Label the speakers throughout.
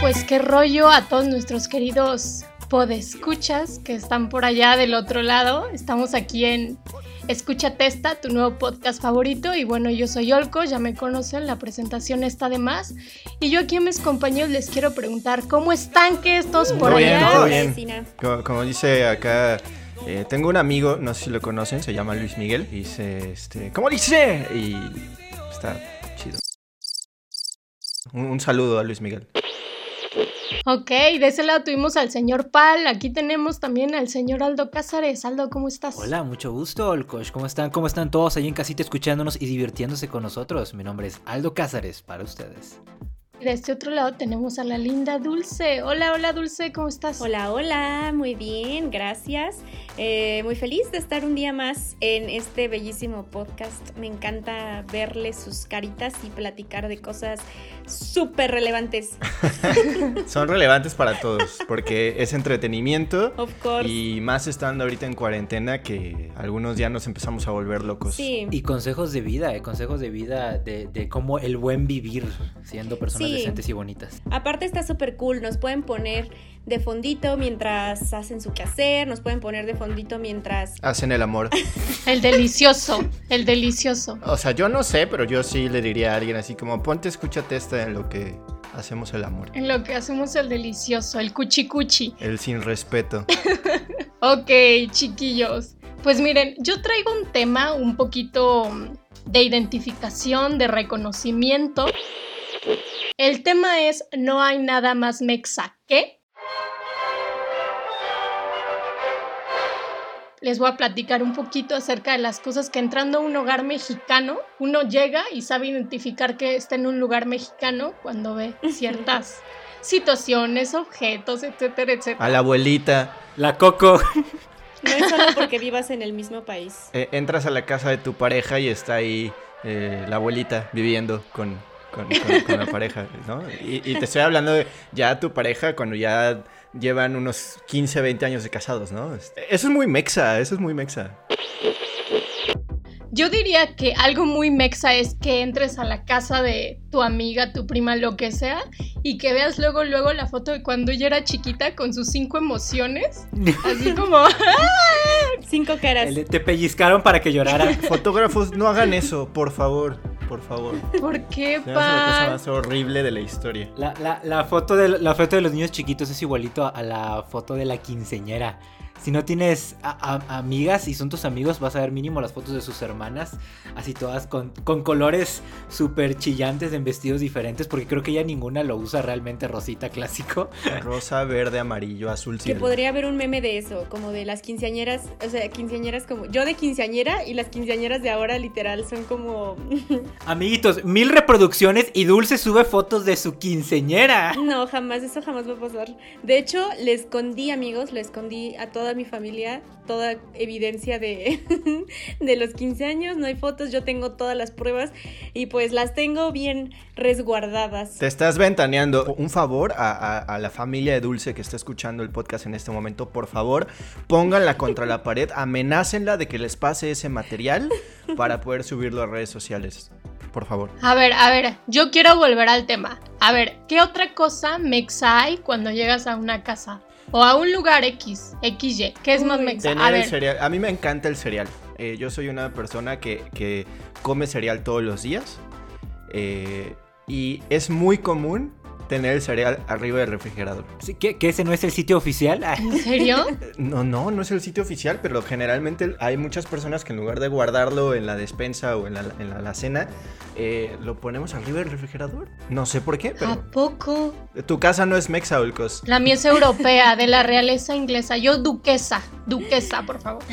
Speaker 1: Pues qué rollo a todos nuestros queridos podescuchas que están por allá del otro lado. Estamos aquí en Escucha Testa, tu nuevo podcast favorito. Y bueno, yo soy Olco, ya me conocen, la presentación está de más. Y yo aquí a mis compañeros les quiero preguntar, ¿cómo están que estos por
Speaker 2: Todo bien,
Speaker 1: allá?
Speaker 2: todo bien. Como, como dice acá, eh, tengo un amigo, no sé si lo conocen, se llama Luis Miguel. Y dice, este, ¿cómo dice? Y está chido. Un, un saludo a Luis Miguel.
Speaker 1: Ok, de ese lado tuvimos al señor Pal, aquí tenemos también al señor Aldo Cázares. Aldo, ¿cómo estás?
Speaker 3: Hola, mucho gusto, Olcosh. ¿Cómo están? ¿Cómo están todos ahí en casita escuchándonos y divirtiéndose con nosotros? Mi nombre es Aldo Cázares para ustedes.
Speaker 1: Y de este otro lado tenemos a la linda Dulce. Hola, hola Dulce, ¿cómo estás?
Speaker 4: Hola, hola, muy bien, gracias. Eh, muy feliz de estar un día más en este bellísimo podcast. Me encanta verles sus caritas y platicar de cosas súper relevantes,
Speaker 2: Son relevantes para todos porque es entretenimiento.
Speaker 4: of course.
Speaker 2: Y más estando ahorita en cuarentena que algunos ya nos empezamos a volver locos.
Speaker 4: Sí.
Speaker 3: Y consejos de vida, eh, consejos de vida de, de cómo el buen vivir siendo
Speaker 4: Sí.
Speaker 3: personas decentes y bonitas.
Speaker 4: Aparte está súper cool, nos pueden poner de fondito mientras hacen su quehacer, nos pueden poner de fondito mientras...
Speaker 2: Hacen el amor.
Speaker 1: El delicioso, el delicioso.
Speaker 2: O sea, yo no sé, pero yo sí le diría a alguien así como, ponte, escúchate esta en lo que hacemos el amor.
Speaker 1: En lo que hacemos el delicioso, el cuchi cuchi.
Speaker 2: El sin respeto.
Speaker 1: Ok, chiquillos. Pues miren, yo traigo un tema un poquito mm, de identificación, de reconocimiento. El tema es No hay nada más mexa que. Les voy a platicar un poquito acerca de las cosas que entrando a un hogar mexicano, uno llega y sabe identificar que está en un lugar mexicano cuando ve ciertas situaciones, objetos, etcétera, etcétera.
Speaker 2: A la abuelita.
Speaker 3: La Coco.
Speaker 4: No es solo porque vivas en el mismo país.
Speaker 2: Eh, entras a la casa de tu pareja y está ahí eh, la abuelita viviendo con, con- con- con la pareja, ¿no? Y, y te estoy hablando de ya tu pareja cuando ya llevan unos 15, 20 años de casados, ¿no? Este, Eso es muy mexa, eso es muy mexa.
Speaker 1: Yo diría que algo muy mexa es que entres a la casa de tu amiga, tu prima, lo que sea, y que veas luego, luego la foto de cuando ella era chiquita con sus cinco emociones. Así como,
Speaker 4: Cinco caras.
Speaker 3: El- te pellizcaron para que llorara.
Speaker 2: Fotógrafos, no hagan eso, por favor, por favor.
Speaker 1: ¿por qué,
Speaker 2: Se me hace la cosa
Speaker 1: pa?
Speaker 2: más horrible de la historia.
Speaker 3: La, la- la foto de, la foto de los niños chiquitos es igualito a la foto de la quinceñera. Si no tienes a- a- amigas y son tus amigos, vas a ver mínimo las fotos de sus hermanas, así todas con, con colores súper chillantes en vestidos diferentes, porque creo que ya ninguna lo usa realmente rosita clásico.
Speaker 2: Rosa, verde, amarillo, azul,
Speaker 4: Que
Speaker 2: cielo.
Speaker 4: podría haber un meme de eso, como de las quinceañeras, o sea, quinceañeras como yo de quinceañera y las quinceañeras de ahora literal son como
Speaker 3: Amiguitos, mil reproducciones y Dulce sube fotos de su quinceñera.
Speaker 4: no, jamás eso jamás va a pasar. De hecho, le escondí, amigos, le escondí a toda mi familia toda evidencia de de los 15 años, no hay fotos, yo tengo todas las pruebas y pues las tengo bien resguardadas.
Speaker 2: Te estás ventaneando. Un favor a, a- a la familia de Dulce que está escuchando el podcast en este momento, por favor, pónganla contra la pared, amenácenla de que les pase ese material para poder subirlo a redes sociales. Por favor.
Speaker 1: A ver, a ver, yo quiero volver al tema. A ver, ¿qué otra cosa mexa hay cuando llegas a una casa? O a un lugar X, XY, ¿qué es más
Speaker 4: Uy.
Speaker 1: mexa?
Speaker 2: Tener
Speaker 1: A
Speaker 2: el
Speaker 1: ver,
Speaker 2: cereal. A mí me encanta el cereal. Eh, yo soy una persona que, que come cereal todos los días. Eh, y es muy común tener el cereal arriba del refrigerador.
Speaker 3: Sí, ¿Que, que ese no es el sitio oficial? Ah,
Speaker 1: ¿en serio?
Speaker 2: No, no, no es el sitio oficial, pero generalmente hay muchas personas que en lugar de guardarlo en la despensa o en la, en la alacena, eh, lo ponemos arriba del refrigerador. No sé por qué,
Speaker 1: ¿A
Speaker 2: pero
Speaker 1: poco?
Speaker 2: tu casa no es Mexaulcos.
Speaker 1: La mía es europea, de la realeza inglesa. Yo duquesa, duquesa, por favor.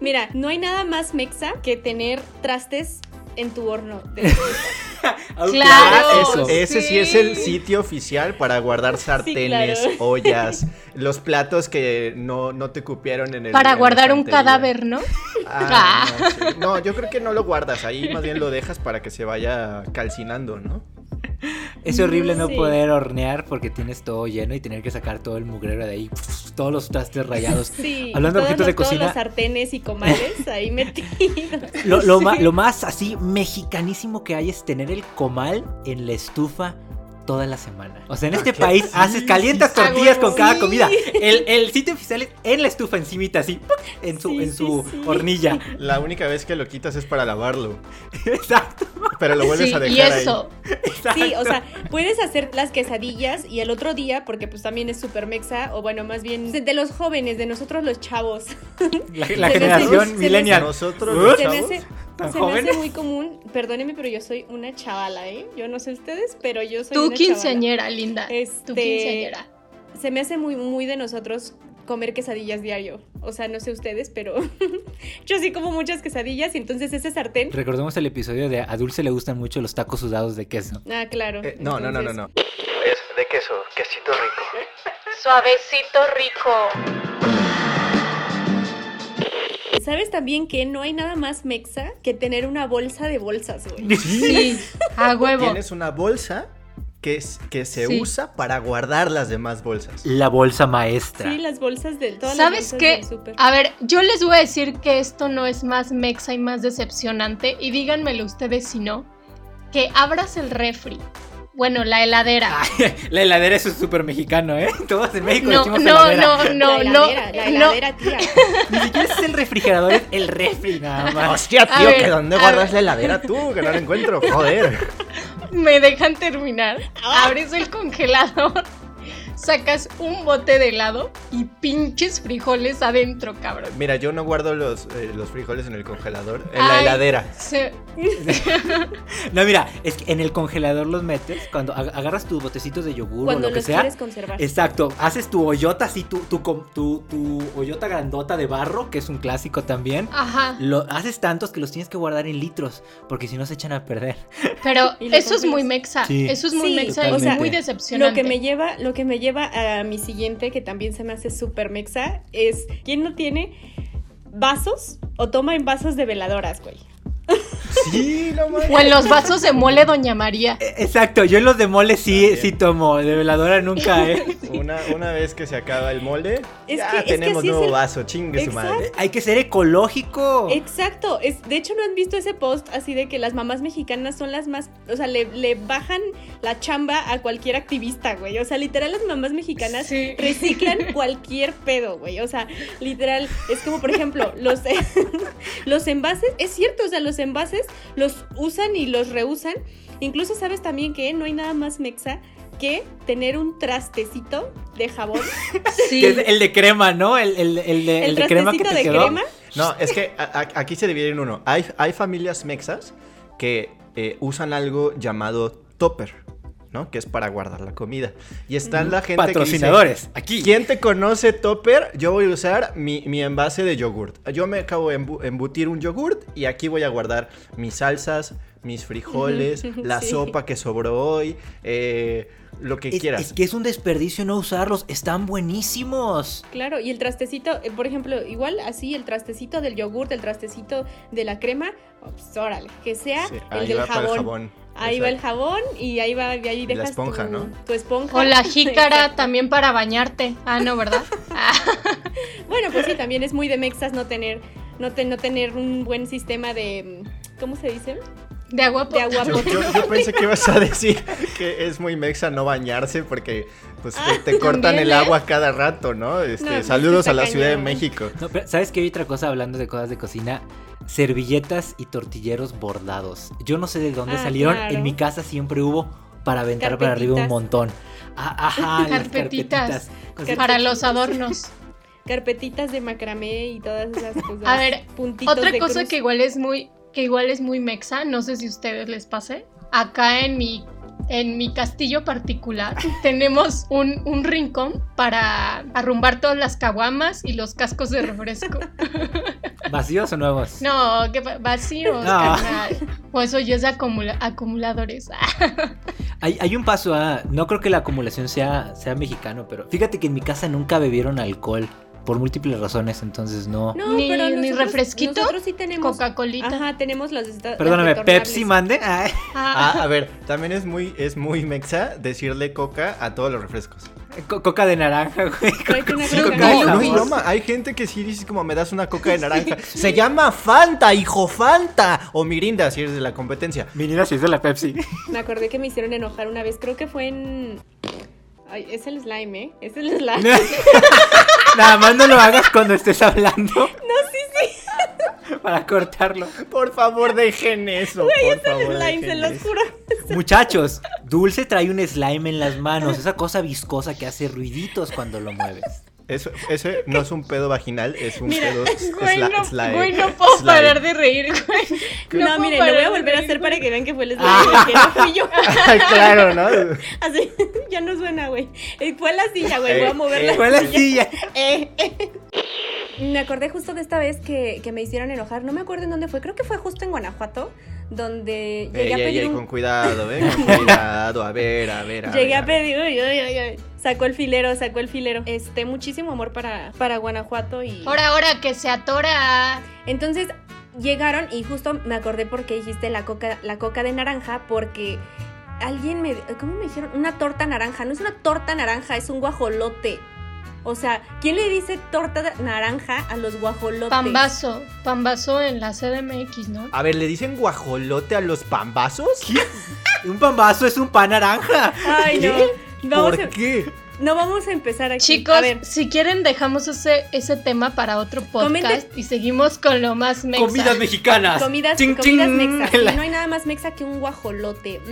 Speaker 4: Mira, no hay nada más mexa que tener trastes en tu horno.
Speaker 1: Claro.
Speaker 3: Ah, Eso.
Speaker 1: sí.
Speaker 2: Ese sí es el sitio oficial para guardar sartenes,
Speaker 4: claro.
Speaker 2: ollas, los platos que no, no te cupieron en el... en
Speaker 1: Para
Speaker 2: la
Speaker 1: guardar un
Speaker 2: estantería.
Speaker 1: cadáver, ¿no?
Speaker 2: Ah, no, sí. no, yo creo que no lo guardas, ahí más bien lo dejas para que se vaya calcinando, ¿no?
Speaker 3: Es horrible no
Speaker 4: Sí.
Speaker 3: poder hornear porque tienes todo lleno y tener que sacar todo el mugrero de ahí, todos los trastes rayados.
Speaker 4: Sí,
Speaker 3: Hablando de
Speaker 4: todos
Speaker 3: objetos de
Speaker 4: los- todos
Speaker 3: cocina-
Speaker 4: los sartenes y comales ahí metidos.
Speaker 3: Lo, lo ma- lo más así mexicanísimo que hay es tener el comal en la estufa toda la semana. O sea,
Speaker 4: Ah,
Speaker 3: en este país haces calientas tortillas
Speaker 1: Ah,
Speaker 3: con
Speaker 1: huevo.
Speaker 3: cada
Speaker 4: Sí.
Speaker 3: comida. El, el sitio oficial es en la estufa encimita, así, ¡puc! en su,
Speaker 4: Sí,
Speaker 3: en
Speaker 4: sí,
Speaker 3: su
Speaker 4: sí.
Speaker 3: hornilla.
Speaker 2: La única vez que lo quitas es para lavarlo,
Speaker 3: Exacto,
Speaker 2: pero lo vuelves
Speaker 1: Sí,
Speaker 2: a dejar
Speaker 1: y eso,
Speaker 3: exacto.
Speaker 4: Sí, o sea, puedes hacer las quesadillas y el otro día, porque pues también es súper mexa, o bueno, más bien de- de los jóvenes, de nosotros los chavos.
Speaker 3: la,
Speaker 4: se
Speaker 3: la
Speaker 4: me- se
Speaker 3: generación
Speaker 4: me-
Speaker 2: ahí.
Speaker 3: millennial.
Speaker 2: Nosotros,
Speaker 3: Uh,
Speaker 2: los
Speaker 4: Se me
Speaker 2: chavos,
Speaker 4: hace,
Speaker 3: ¿Tan
Speaker 4: se me hace
Speaker 3: jóvenes?
Speaker 4: muy común, perdónenme, pero yo soy una chavala, ¿eh? Yo no sé ustedes, pero yo soy
Speaker 1: tu
Speaker 4: una chavala.
Speaker 1: quinceañera, linda. Tu
Speaker 4: Este-
Speaker 1: quinceañera.
Speaker 4: Se me hace muy, muy de nosotros comer quesadillas diario. O sea, no sé ustedes, pero yo sí como muchas quesadillas y entonces ese sartén...
Speaker 3: Recordemos el episodio de a Dulce le gustan mucho los tacos sudados de queso.
Speaker 4: Ah, claro.
Speaker 2: Eh, no, no, no, no, no.
Speaker 5: Es de queso, quesito rico.
Speaker 1: Suavecito rico.
Speaker 4: entonces, ¿Sabes también que no hay nada más mexa que tener una bolsa de bolsas, güey?
Speaker 1: Sí, a huevo.
Speaker 2: Tienes una bolsa que, es, que se
Speaker 1: Sí.
Speaker 2: usa para guardar las demás bolsas.
Speaker 3: La bolsa maestra.
Speaker 4: Sí, las bolsas del todo.
Speaker 1: ¿Sabes qué? Ah,
Speaker 4: Del súper.
Speaker 1: A ver, yo les voy a decir que esto no es más mexa y más decepcionante, y díganmelo ustedes si no, que abras el refri, bueno, la heladera.
Speaker 3: Ay, la heladera eso es súper mexicano, ¿eh? Todos en México
Speaker 1: No, no,
Speaker 3: decimos
Speaker 1: no,
Speaker 3: heladera.
Speaker 1: no, no,
Speaker 4: la heladera, la
Speaker 1: no.
Speaker 4: heladera, tía.
Speaker 3: Ni siquiera es el refrigerador, es el refri nada más.
Speaker 2: Hostia,
Speaker 1: A
Speaker 2: tío,
Speaker 1: ver,
Speaker 2: que dónde
Speaker 1: a
Speaker 2: guardas la heladera tú, que no la encuentro, joder.
Speaker 1: Me dejan terminar.
Speaker 4: Ah.
Speaker 1: Abres el congelador, sacas un bote de helado y pinches frijoles adentro, cabrón.
Speaker 2: Mira, yo no guardo los, eh, los frijoles en el congelador, en la
Speaker 1: Ay.
Speaker 2: heladera.
Speaker 1: Se-
Speaker 3: No, mira, es que en el congelador los metes cuando ag- agarras tus botecitos de yogur o
Speaker 4: Cuando
Speaker 3: lo que
Speaker 4: los
Speaker 3: sea.
Speaker 4: quieres conservar.
Speaker 3: Exacto, haces tu hoyota así, tu, tu, com- tu, tu hoyota grandota de barro, que es un clásico también.
Speaker 1: Ajá,
Speaker 3: Lo, haces tantos que los tienes que guardar en litros, porque si no se echan a perder.
Speaker 1: pero
Speaker 4: Y lo
Speaker 1: eso es
Speaker 4: congelas.
Speaker 1: muy mexa.
Speaker 3: Sí.
Speaker 1: Eso es muy
Speaker 4: Sí,
Speaker 1: mexa y
Speaker 3: totalmente.
Speaker 1: es muy
Speaker 3: Lo que
Speaker 4: Lo
Speaker 1: decepcionante.
Speaker 4: que, me lleva, lo que me lleva a mi siguiente, que también se me hace súper mexa, es ¿quién no tiene vasos o toma en vasos de veladoras, güey?
Speaker 2: Sí, no mames.
Speaker 1: O en los vasos de mole Doña María.
Speaker 3: E- Exacto, yo en los de mole sí,
Speaker 2: También.
Speaker 3: sí tomo, de veladora nunca, ¿eh?
Speaker 2: Una, una vez que se acaba el molde,
Speaker 4: Es
Speaker 2: ya
Speaker 4: que- es que
Speaker 2: tenemos
Speaker 4: así es
Speaker 2: nuevo
Speaker 4: el-
Speaker 2: vaso, chingue su madre.
Speaker 3: Hay que ser ecológico.
Speaker 4: Exacto. Es, de hecho, ¿no han visto ese post así de que las mamás mexicanas son las más... O sea, le, le bajan la chamba a cualquier activista, güey. O sea, literal, las mamás mexicanas
Speaker 1: Sí.
Speaker 4: reciclan cualquier pedo, güey. O sea, literal, es como, por ejemplo, los, los envases, es cierto, o sea, los envases los usan y los reusan. Incluso sabes también que no hay nada más mexa que tener un trastecito de jabón.
Speaker 3: Que es el de crema, ¿no? El, el- el de,
Speaker 4: El,
Speaker 3: el
Speaker 4: trastecito
Speaker 3: de crema que te
Speaker 4: de
Speaker 3: quedó.
Speaker 4: crema.
Speaker 2: No, es que a- a- aquí se divide en uno. Hay, hay familias mexas que eh, usan algo llamado topper, ¿no? Que es para guardar la comida. Y están la gente
Speaker 3: Patrocinadores,
Speaker 2: que
Speaker 3: aquí.
Speaker 2: dice, ¿quién te conoce topper? Yo voy a usar mi, mi envase de yogurt. Yo me acabo de embu- embutir un yogurt y aquí voy a guardar mis salsas, mis frijoles,
Speaker 4: Ujú,
Speaker 2: la
Speaker 4: sí.
Speaker 2: sopa que sobró hoy, eh, lo que
Speaker 3: Es,
Speaker 2: quieras.
Speaker 3: es que es un desperdicio no usarlos, están buenísimos.
Speaker 4: Claro, y el trastecito, eh, por ejemplo, igual así, el trastecito del yogur, el trastecito de la crema, pues, órale, que sea
Speaker 2: Sí,
Speaker 4: el del
Speaker 2: para
Speaker 4: jabón. Ahí va el
Speaker 2: Exacto.
Speaker 4: jabón y ahí va, y ahí
Speaker 2: La
Speaker 4: dejas
Speaker 2: esponja,
Speaker 4: tu,
Speaker 2: ¿no?
Speaker 4: tu esponja.
Speaker 1: O la jícara también para bañarte. Ah, no, ¿verdad? Ah,
Speaker 4: Bueno, pues sí, también es muy de mexas no tener, no, te- no tener un buen sistema de, mm, ¿cómo se dice?
Speaker 1: de agua
Speaker 4: De agua
Speaker 2: Yo, yo- yo pensé que ibas a decir que es muy mexa no bañarse porque pues, te cortan
Speaker 1: también,
Speaker 2: el
Speaker 1: ¿eh?
Speaker 2: agua cada rato, ¿no? Este,
Speaker 4: No, pues,
Speaker 2: saludos
Speaker 4: está
Speaker 2: a la Ciudad de
Speaker 4: cañón.
Speaker 2: México.
Speaker 3: No, pero ¿Sabes qué? Hay otra cosa hablando de cosas de cocina. Servilletas y tortilleros bordados. Yo no sé de dónde
Speaker 4: Ah,
Speaker 3: salieron.
Speaker 4: claro.
Speaker 3: En mi casa siempre hubo para aventar para arriba un
Speaker 4: Carpetitas.
Speaker 3: montón. Ah, ajá, las
Speaker 1: Carpetitas.
Speaker 3: carpetitas. Cosas-
Speaker 1: para los adornos.
Speaker 4: Carpetitas de macramé y todas esas cosas.
Speaker 1: A ver,
Speaker 4: puntitos
Speaker 1: Otra
Speaker 4: de
Speaker 1: cosa
Speaker 4: cruz.
Speaker 1: que igual es muy, que igual es muy mexa, no sé si a ustedes les pase. Acá en mi, en mi castillo particular tenemos un, un rincón para arrumbar todas las caguamas y los cascos de refresco.
Speaker 3: ¿Vacíos o nuevos?
Speaker 1: No, que vacíos,
Speaker 3: No.
Speaker 1: carnal. O eso ya es de acumula- acumuladores. Ah,
Speaker 3: Hay, hay un paso ah, No creo que la acumulación sea, sea mexicano, pero fíjate que en mi casa nunca bebieron alcohol. Por múltiples razones, entonces no.
Speaker 4: No,
Speaker 1: Ni-
Speaker 4: pero
Speaker 1: ni
Speaker 4: nosotros-
Speaker 1: refresquito,
Speaker 4: Nosotros sí tenemos.
Speaker 1: Coca-Colita.
Speaker 4: Ajá, tenemos las. esta- las
Speaker 3: Perdóname, Pepsi,
Speaker 4: retornables.
Speaker 3: mande. Ah,
Speaker 1: Ah,
Speaker 2: Ah, a ver, también es muy, es muy mexa decirle coca a todos los refrescos.
Speaker 3: Co- coca de naranja, güey.
Speaker 4: Tráete una
Speaker 3: Sí,
Speaker 4: coca.
Speaker 3: coca de
Speaker 2: No, no es
Speaker 3: sabor.
Speaker 2: broma. Hay gente que sí dice como me das una coca de naranja. Se llama Fanta, hijo Fanta. O Mirinda, si eres de la competencia.
Speaker 3: Vinila se hizo la Pepsi.
Speaker 4: Me acordé que me hicieron enojar una vez, creo que fue en... Ay, es el slime, ¿eh? Es el slime.
Speaker 3: Nada más no lo hagas cuando estés hablando. No, sí, sí. Para cortarlo.
Speaker 2: Por favor, dejen eso. Por favor,
Speaker 4: slime, se
Speaker 2: dejen
Speaker 4: los
Speaker 2: eso.
Speaker 4: juro.
Speaker 3: Muchachos, Dulce trae un slime en las manos, esa cosa viscosa que hace ruiditos cuando lo mueves.
Speaker 2: Eso- ese no es un pedo vaginal, es un
Speaker 4: Mira,
Speaker 2: pedo sla-
Speaker 1: Güey, no,
Speaker 2: slime.
Speaker 1: güey, no puedo
Speaker 2: Slime.
Speaker 1: parar de reír, güey.
Speaker 4: No,
Speaker 1: puedo
Speaker 4: miren, lo
Speaker 1: parar
Speaker 4: voy a
Speaker 1: de
Speaker 4: volver a
Speaker 1: reír,
Speaker 4: hacer
Speaker 1: güey.
Speaker 4: para que vean que fue el slime, güey, que no fui yo.
Speaker 2: Ay, claro, ¿no?
Speaker 4: Así, ya no suena, güey. Eh, Fue la silla, güey, voy
Speaker 2: Eh,
Speaker 4: a moverla.
Speaker 2: eh,
Speaker 3: Fue la silla.
Speaker 4: Eh, eh. Me acordé justo de esta vez que, que me hicieron enojar. No me acuerdo en dónde fue. Creo que fue justo en Guanajuato, donde llegué
Speaker 2: eh, Ey,
Speaker 4: a
Speaker 2: ey,
Speaker 4: pedir
Speaker 2: ey,
Speaker 4: un-
Speaker 2: con cuidado, ¿eh? Con cuidado, a ver, a ver, a
Speaker 4: Llegué a
Speaker 2: ver.
Speaker 4: pedir, uy, uy, uy, uy. sacó el filero, sacó el filero. Este, muchísimo amor para, para Guanajuato y...
Speaker 1: Ahora, ahora que se atora.
Speaker 4: Entonces llegaron y justo me acordé porque dijiste la coca, la coca de naranja, porque alguien me... ¿Cómo me dijeron? Una torta naranja. No es una torta naranja, es un guajolote. O sea, ¿quién le dice torta de- naranja a los guajolotes?
Speaker 1: Pambazo. Pambazo en la CDMX, ¿no?
Speaker 2: A ver, ¿le dicen guajolote a los pambazos?
Speaker 3: Un pambazo es un pan naranja.
Speaker 4: Ay, no. Vamos
Speaker 2: ¿Por
Speaker 4: a-
Speaker 2: qué?
Speaker 4: No vamos a empezar aquí.
Speaker 1: Chicos,
Speaker 4: a ver,
Speaker 1: si quieren dejamos ese, ese tema para otro podcast
Speaker 4: Comenten-
Speaker 1: y seguimos con lo más mexa.
Speaker 3: Comidas mexicanas.
Speaker 4: comidas,
Speaker 3: Ching,
Speaker 4: comidas
Speaker 3: ching.
Speaker 4: mexa. Sí,
Speaker 3: La-
Speaker 4: no hay nada más mexa que un guajolote. Mm,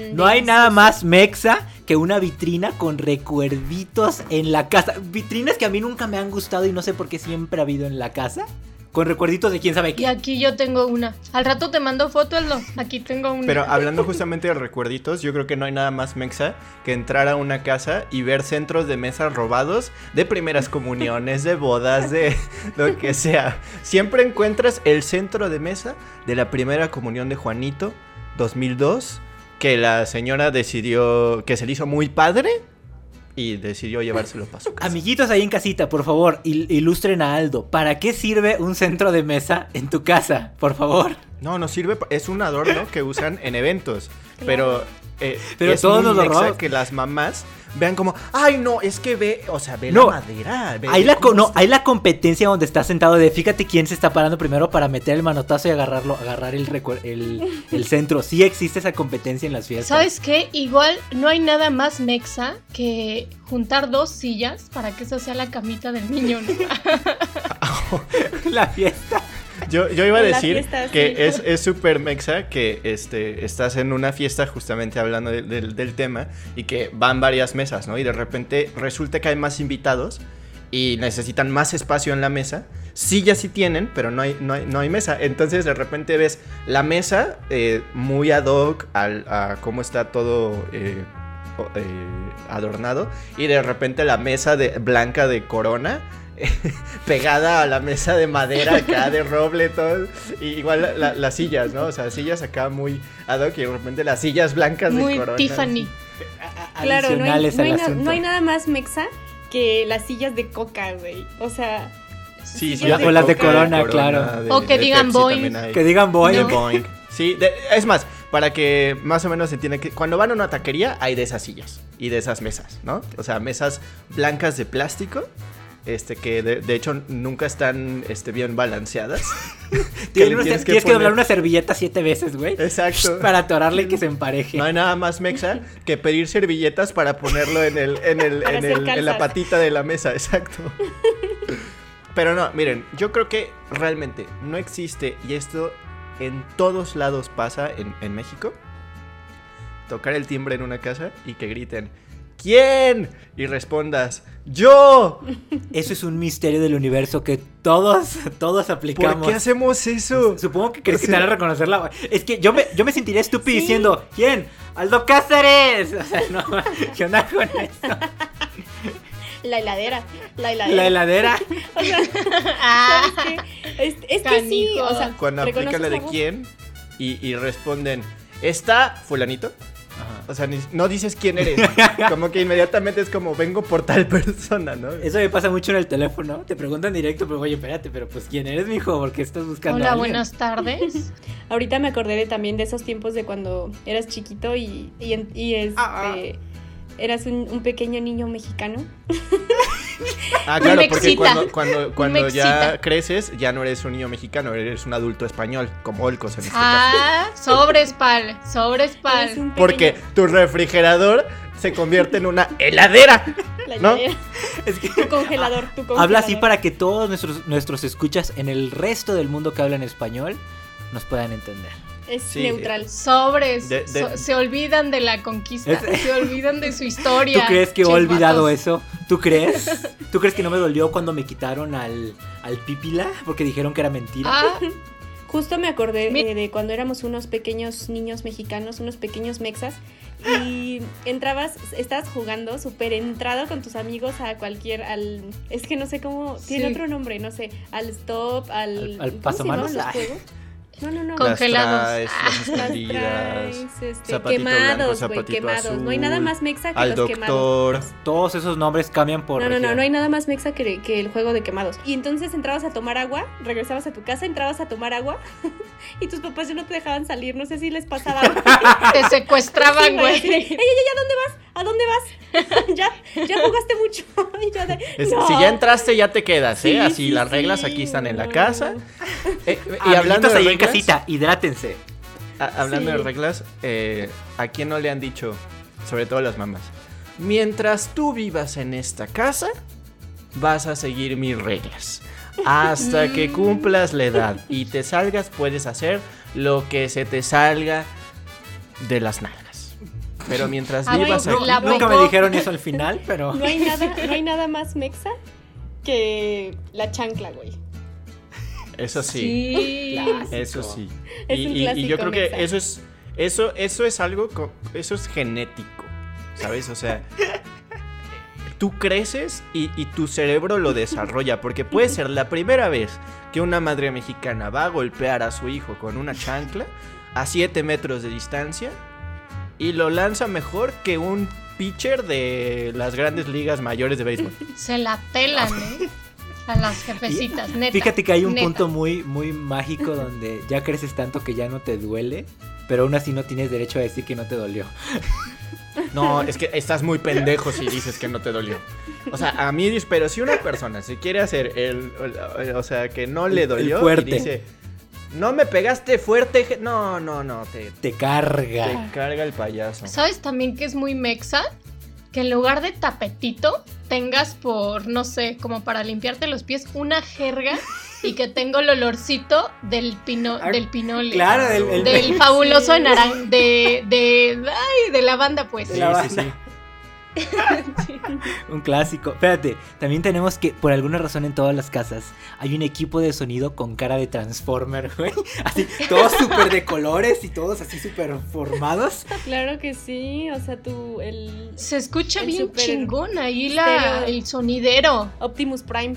Speaker 4: mm, mm,
Speaker 3: No hay
Speaker 4: delicioso.
Speaker 3: nada más mexa que una vitrina con recuerditos en la casa. Vitrinas que a mí nunca me han gustado y no sé por qué siempre ha habido en la casa. Con recuerditos de quién sabe
Speaker 1: Y
Speaker 3: qué.
Speaker 1: aquí yo tengo una. Al rato te mando foto, Aldo. Aquí tengo una.
Speaker 2: Pero hablando justamente de recuerditos, yo creo que no hay nada más mexa que entrar a una casa y ver centros de mesas robados de primeras comuniones, de bodas, de lo que sea. Siempre encuentras el centro de mesa de la primera comunión de Juanito 2002, que la señora decidió que se le hizo muy padre y decidió llevárselo para su casa.
Speaker 3: Amiguitos ahí en casita, por favor, il- ilustren a Aldo. ¿Para qué sirve un centro de mesa en tu casa? Por favor.
Speaker 2: No, no sirve, pa- es un adorno que usan en eventos, pero... eh,
Speaker 3: Pero
Speaker 2: es
Speaker 3: todos
Speaker 2: muy
Speaker 3: nos lo
Speaker 2: mexa
Speaker 3: robamos.
Speaker 2: que las mamás vean como, ay no, es que ve, o sea, ve
Speaker 3: No,
Speaker 2: la madera. ve-
Speaker 3: Hay
Speaker 2: ve
Speaker 3: la, co-
Speaker 2: cómo
Speaker 3: no,
Speaker 2: está".
Speaker 3: hay la competencia donde estás sentado de fíjate quién se está parando primero para meter el manotazo y agarrarlo, agarrar el, recuer- el, el centro. Sí existe esa competencia en las fiestas.
Speaker 1: ¿Sabes qué? Igual no hay nada más mexa que juntar dos sillas para que esa sea la camita del niño. ¿no?
Speaker 3: La fiesta.
Speaker 2: Yo, yo iba a
Speaker 4: En la
Speaker 2: decir
Speaker 4: fiesta,
Speaker 2: que
Speaker 4: sí.
Speaker 2: es es súper mexa que este, estás en una fiesta justamente hablando de- del- del tema y que van varias mesas, ¿no? Y de repente resulta que hay más invitados y necesitan más espacio en la mesa. Sillas sí tienen, pero no hay, no hay, no hay mesa. Entonces de repente ves la mesa eh, muy ad hoc al, a cómo está todo... eh, o- eh, adornado y de repente la mesa de blanca de corona pegada a la mesa de madera acá de roble todo y igual la- la- las sillas no o sea sillas acá muy ad hoc y de repente las sillas blancas de
Speaker 1: Muy
Speaker 2: corona
Speaker 1: Tiffany.
Speaker 3: a-
Speaker 4: Claro, no hay,
Speaker 3: adicionales
Speaker 4: no hay
Speaker 3: al
Speaker 4: na-
Speaker 3: asunto.
Speaker 4: no hay nada más mexa que las sillas de coca, güey. O sea,
Speaker 2: sí,
Speaker 4: Las de
Speaker 2: coca,
Speaker 3: Corona, claro.
Speaker 1: O que digan
Speaker 2: Pepsi
Speaker 1: Boing.
Speaker 2: también hay.
Speaker 3: Que digan voy.
Speaker 2: De Boing. sí de- es más para que más o menos se entienda que cuando van a una taquería hay de esas sillas y de esas mesas no o sea mesas blancas de plástico este que de, de hecho nunca están este, bien balanceadas
Speaker 3: Tienes,
Speaker 2: le
Speaker 3: una- tienes que,
Speaker 2: poner-
Speaker 3: doblar una servilleta siete veces, güey.
Speaker 2: Exacto.
Speaker 3: Para atorarle y que se empareje.
Speaker 2: No hay nada más mexa que pedir servilletas para ponerlo en el, en el,
Speaker 4: Para
Speaker 2: en
Speaker 4: hacer
Speaker 2: el- en
Speaker 4: calzas.
Speaker 2: la patita de la mesa, exacto. Pero no, miren, yo creo que realmente no existe, y esto en todos lados pasa en, en México, tocar el timbre en una casa y que griten, ¿quién? Y respondas, ¡yo!
Speaker 3: Eso es un misterio del universo que todos, todos
Speaker 2: ¿Por
Speaker 3: aplicamos.
Speaker 2: qué hacemos eso?
Speaker 3: Supongo que crees que
Speaker 2: Sí.
Speaker 3: te van a reconocerla. Es que yo me, yo me sentiría estúpido
Speaker 4: Sí.
Speaker 3: diciendo, ¿quién? Aldo Cáceres. O sea, no, ¿qué onda con eso?
Speaker 4: la heladera, la heladera.
Speaker 3: La heladera.
Speaker 4: O sea,
Speaker 1: Ah,
Speaker 4: ¿sabes qué? Es, es que sí, o sea,
Speaker 2: Cuando aplican la
Speaker 4: reconoces
Speaker 2: de
Speaker 4: la voz.
Speaker 2: quién y, y responden, ¿está fulanito? O sea, ni- no dices quién eres. como que inmediatamente es como vengo por tal persona, ¿no?
Speaker 3: Eso me pasa mucho en el teléfono. Te preguntan directo, pero oye, espérate, pero pues ¿quién eres, mijo? ¿Por qué estás buscando a
Speaker 1: Hola,
Speaker 3: alguien?
Speaker 1: buenas tardes.
Speaker 4: Ahorita me acordé de también de esos tiempos de cuando eras chiquito y, y, en- y este. eras un, un pequeño niño mexicano.
Speaker 2: Ah, claro,
Speaker 1: Me
Speaker 2: porque
Speaker 1: excita.
Speaker 2: cuando, cuando, cuando ya
Speaker 1: excita.
Speaker 2: creces, ya no eres un niño mexicano, eres un adulto español, como Olcos en este caso.
Speaker 1: Ah, sobres pal, sobres
Speaker 4: Eres
Speaker 1: pal.
Speaker 4: un pequeño-
Speaker 2: Porque tu refrigerador se convierte en una heladera.
Speaker 4: la
Speaker 2: ¿no?
Speaker 4: llanera,
Speaker 3: Es que
Speaker 4: Tu congelador, tu congelador.
Speaker 3: habla así para que todos nuestros, nuestros escuchas en el resto del mundo que hablan español nos puedan entender.
Speaker 4: Es
Speaker 2: Sí.
Speaker 4: neutral.
Speaker 1: Sobres.
Speaker 2: De- de-
Speaker 1: so- se olvidan de la conquista,
Speaker 3: Es-
Speaker 1: se olvidan de su
Speaker 3: ¿Tú
Speaker 1: historia.
Speaker 3: crees que he
Speaker 1: ches
Speaker 3: olvidado
Speaker 1: vatos.
Speaker 3: eso? ¿Tú crees? ¿Tú crees que no me dolió cuando me quitaron al, al pípila? Porque dijeron que era mentira.
Speaker 1: Ah,
Speaker 4: Justo me acordé
Speaker 1: Mi-
Speaker 4: eh, de cuando éramos unos pequeños niños mexicanos, unos pequeños mexas, y entrabas, estabas jugando súper entrado con tus amigos a cualquier, al, es que no sé cómo, tiene
Speaker 1: Sí.
Speaker 4: otro nombre, no sé, al stop, al...
Speaker 3: Al- al
Speaker 4: ¿cómo se
Speaker 3: pasamanos?
Speaker 4: llamaban
Speaker 3: Ay.
Speaker 4: los juegos? No, no, no.
Speaker 1: Con- Congelados.
Speaker 2: Las traes, las
Speaker 4: Ah, Las
Speaker 2: escondidas,
Speaker 4: traes, este,
Speaker 2: zapatito blanco,
Speaker 4: quemados, güey,
Speaker 2: zapatito
Speaker 4: quemados. no hay
Speaker 2: azul,
Speaker 4: nada más mexa que
Speaker 2: al
Speaker 4: los quemados.
Speaker 2: doctor.
Speaker 3: Todos esos nombres cambian por.
Speaker 4: No, no, no,
Speaker 3: región.
Speaker 4: no hay nada más mexa que, que el juego de quemados. Y entonces entrabas a tomar agua, regresabas a tu casa, entrabas a tomar agua y tus papás ya no te dejaban salir, no sé si les pasaba.
Speaker 1: te
Speaker 4: Sí,
Speaker 1: secuestraban,
Speaker 4: güey. Así de, Ey, ey,
Speaker 1: güey.
Speaker 4: ey, ¿a dónde vas? ¿A dónde vas? ya, ya jugaste mucho. Y yo de,
Speaker 2: Es-
Speaker 4: "No".
Speaker 2: Si ya entraste, ya te quedas, ¿eh?
Speaker 4: Sí,
Speaker 2: Así
Speaker 4: sí,
Speaker 2: las
Speaker 4: sí,
Speaker 2: reglas aquí están en la
Speaker 4: no,
Speaker 2: casa.
Speaker 4: no, no.
Speaker 2: Eh, y
Speaker 3: Amiguitos
Speaker 2: hablando de
Speaker 3: ahí en
Speaker 2: reglas,
Speaker 3: casita, hidrátense.
Speaker 2: a- Ah, hablando
Speaker 4: Sí.
Speaker 2: de reglas, eh, ¿a quién no le han dicho? Sobre todo las mamás. Mientras tú vivas en esta casa, vas a seguir mis reglas. Hasta que cumplas la edad y te salgas, puedes hacer lo que se te salga de las nalgas. Pero mientras
Speaker 1: Ah,
Speaker 2: vivas
Speaker 1: bueno,
Speaker 2: aquí,
Speaker 1: La
Speaker 3: Nunca me
Speaker 1: pegó.
Speaker 3: dijeron eso al final, pero.
Speaker 4: No hay nada, no hay nada más mexa que la chancla, güey.
Speaker 2: eso sí.
Speaker 1: Sí.
Speaker 2: Eso sí.
Speaker 4: Es
Speaker 2: y,
Speaker 4: un
Speaker 2: y- y yo
Speaker 4: clásico
Speaker 2: creo que
Speaker 4: mexa.
Speaker 2: eso es, eso, eso es algo, co- eso es genético, ¿sabes? O sea, tú creces y, y tu cerebro lo desarrolla, porque puede ser la primera vez que una madre mexicana va a golpear a su hijo con una chancla a 7 metros de distancia y lo lanza mejor que un pitcher de las grandes ligas mayores de béisbol.
Speaker 1: Se la pelan, ¿eh? A las jefecitas, neta.
Speaker 3: Fíjate que hay un
Speaker 1: neta.
Speaker 3: punto muy, muy mágico donde ya creces tanto que ya no te duele, pero aún así no tienes derecho a decir que no te dolió.
Speaker 2: No, es que estás muy pendejo si dices que no te dolió. O sea, a mí, pero si una persona se quiere hacer el, el- o sea, que no le
Speaker 3: El- el
Speaker 2: dolió
Speaker 3: fuerte.
Speaker 2: y dice, no me pegaste fuerte, je-". no, no, no, te,
Speaker 3: Te
Speaker 2: te
Speaker 3: carga.
Speaker 2: carga el payaso.
Speaker 1: ¿Sabes también que es muy mexa? Que en lugar de tapetito tengas por, no sé, como para limpiarte los pies, una jerga y que tenga el olorcito del, pino,
Speaker 3: Ah,
Speaker 1: del pinole.
Speaker 3: Claro, el, el-
Speaker 1: Del fabuloso de naranja, de, de, ay, de la banda, pues.
Speaker 3: De la
Speaker 2: sí, sí, sí.
Speaker 3: un clásico. Espérate, también tenemos que, por alguna razón en todas las casas, hay un equipo de sonido con cara de Transformer, güey. Así, todos súper de colores y todos así súper formados.
Speaker 4: Claro que sí, o sea, tú, el
Speaker 1: Se escucha
Speaker 4: El
Speaker 1: bien
Speaker 4: súper
Speaker 1: chingón ahí la,
Speaker 4: estéreo.
Speaker 1: el sonidero.
Speaker 4: Optimus Prime.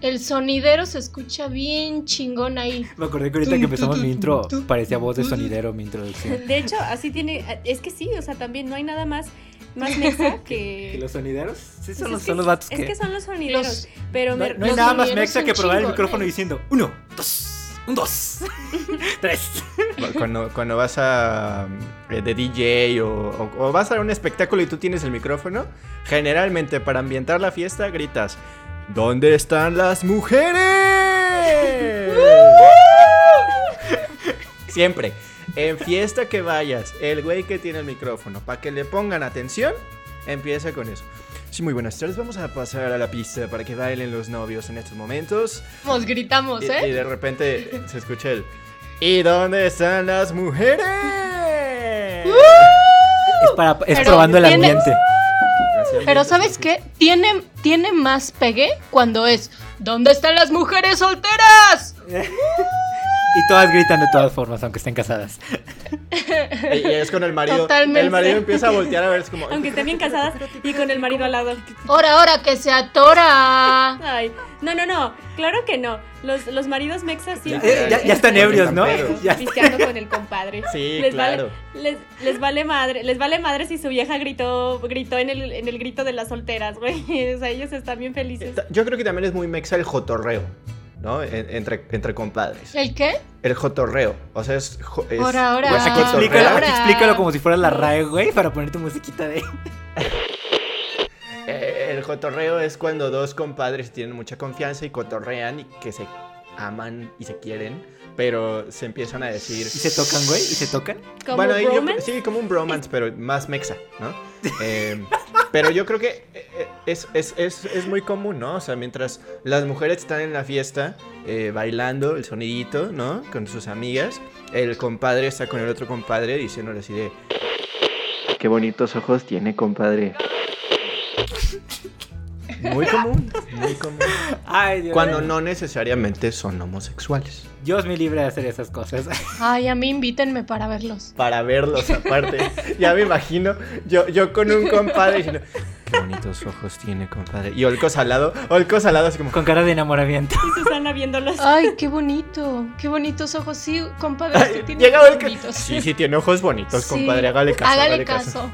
Speaker 1: El sonidero se escucha bien chingón ahí.
Speaker 3: Me acordé que ahorita que empezamos mi intro, parecía voz de sonidero mi introducción.
Speaker 4: De hecho, así tiene, es que sí, o sea, también no hay nada más, más mexa que...
Speaker 3: ¿Y los sonideros? Sí,
Speaker 4: Pues
Speaker 3: son, los,
Speaker 4: es
Speaker 3: son
Speaker 4: que-
Speaker 3: los vatos
Speaker 4: Es que son los sonideros,
Speaker 1: Los-
Speaker 4: pero
Speaker 3: No,
Speaker 4: me-
Speaker 3: no hay
Speaker 1: los
Speaker 3: nada más
Speaker 1: sonideros
Speaker 3: mexa
Speaker 1: son
Speaker 3: que probar el
Speaker 1: chingones.
Speaker 4: eh.
Speaker 3: micrófono diciendo uno, dos, un dos, tres.
Speaker 2: Cuando, cuando vas a mm, eh, de DJ o, o- o vas a un espectáculo y tú tienes el micrófono, generalmente para ambientar la fiesta gritas, ¿dónde están las mujeres? Siempre. En fiesta que vayas, el güey que tiene el micrófono, para que le pongan atención, empieza con eso. Sí, muy buenas tardes. Vamos a pasar a la pista para que bailen los novios en estos momentos.
Speaker 1: Nos gritamos,
Speaker 2: Y, y
Speaker 1: ¿eh?
Speaker 2: de repente se escucha el ¿Y dónde están las mujeres?
Speaker 1: Uh,
Speaker 3: Es, para, es
Speaker 1: Pero
Speaker 3: probando el
Speaker 1: tiene-
Speaker 3: ambiente.
Speaker 2: Así
Speaker 1: Pero
Speaker 2: ambiente,
Speaker 1: ¿sabes
Speaker 2: sí.
Speaker 1: qué? Tiene, tiene más pegue cuando es ¿Dónde están las mujeres solteras?
Speaker 3: Y todas gritan de todas formas, aunque estén casadas.
Speaker 2: Y y es con el marido.
Speaker 1: Totalmente.
Speaker 2: El marido empieza a voltear a ver, es como.
Speaker 4: aunque estén bien casadas y con el marido al lado.
Speaker 1: Hora, hora, que se atora.
Speaker 4: Ay, no, no, no, claro que no. Los, los maridos mexas sí.
Speaker 2: Ya-
Speaker 3: Eh, ya, ya están
Speaker 2: Porque
Speaker 3: ebrios,
Speaker 2: están
Speaker 3: ¿no?
Speaker 2: pedos.
Speaker 3: Ya-
Speaker 4: Pisteando con el compadre.
Speaker 2: Sí, claro.
Speaker 4: Vale, les, les vale madre, les vale madre si su vieja gritó, gritó en el, en el grito de las solteras, güey. O sea, ellos están bien felices.
Speaker 2: Yo creo que también es muy mexa el jotorreo. ¿no? En- entre, entre compadres.
Speaker 1: ¿El qué?
Speaker 2: El jotorreo. O sea, es. jo- es-
Speaker 1: Ahora, ahora.
Speaker 2: güey, se
Speaker 1: Ahora,
Speaker 2: cotorrea.
Speaker 3: Ah, Explícalo,
Speaker 1: Ahora.
Speaker 3: explícalo como si fuera la RAE, güey, para ponerte musiquita de.
Speaker 2: Eh, El jotorreo es cuando dos compadres tienen mucha confianza y cotorrean y que se aman y se quieren, pero se empiezan a decir.
Speaker 3: Y se tocan, güey, y se tocan.
Speaker 4: Como
Speaker 2: ahí yo-
Speaker 4: bromance.
Speaker 2: sí, como un bromance, pero más mexa, ¿no? Eh, pero yo creo que eh, es, es- es- es muy común, ¿no? O sea, mientras las mujeres están en la fiesta eh, bailando el sonidito, ¿no? Con sus amigas, el compadre está con el otro compadre diciéndole así de... Qué bonitos ojos tiene, compadre. Muy común, muy común.
Speaker 3: Ay, Dios
Speaker 2: Cuando
Speaker 3: mío.
Speaker 2: no necesariamente son homosexuales.
Speaker 3: Dios me libre de hacer esas cosas.
Speaker 1: Ay, a mí invítenme para verlos.
Speaker 2: para verlos aparte. ya me imagino, yo, yo con un compadre diciendo, qué bonitos ojos tiene, compadre. Y Olcos al lado, Olcos al lado así como,
Speaker 3: Con cara de enamoramiento.
Speaker 4: Y Susana viéndolos.
Speaker 1: Ay, qué bonito. Qué bonitos ojos. Sí, compadre, es que tiene
Speaker 2: llega
Speaker 1: ojos
Speaker 2: Olcos.
Speaker 1: bonitos.
Speaker 2: Sí, sí, tiene ojos bonitos,
Speaker 1: Sí.
Speaker 2: compadre, hágale caso.
Speaker 1: Hágale caso.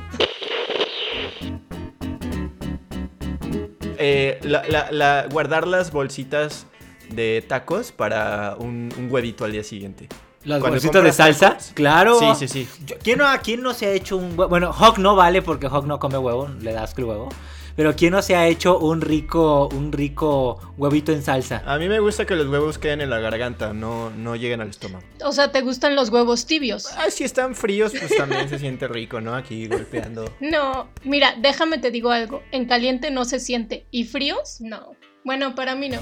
Speaker 2: Eh, la- la- la- guardar las bolsitas de tacos para un, un huevito al día siguiente.
Speaker 3: Las
Speaker 2: Cuando
Speaker 3: bolsitas de
Speaker 2: compras
Speaker 3: salsa.
Speaker 2: tacos.
Speaker 3: Claro.
Speaker 2: Sí, sí, sí.
Speaker 3: Yo- ¿Quién no, ¿Quién no se ha hecho un hue- Bueno, Hawk no vale porque Hawk no come huevo, le das el huevo. Pero ¿quién no se ha hecho un rico, un rico huevito en salsa?
Speaker 2: A mí me gusta que los huevos queden en la garganta, no, no lleguen al estómago.
Speaker 1: O sea, ¿te gustan los huevos tibios?
Speaker 2: Ah, si están fríos, pues también se siente rico, ¿no? Aquí golpeando.
Speaker 1: No, mira, déjame te digo algo. En caliente no se siente. ¿Y fríos? No. Bueno, para mí no.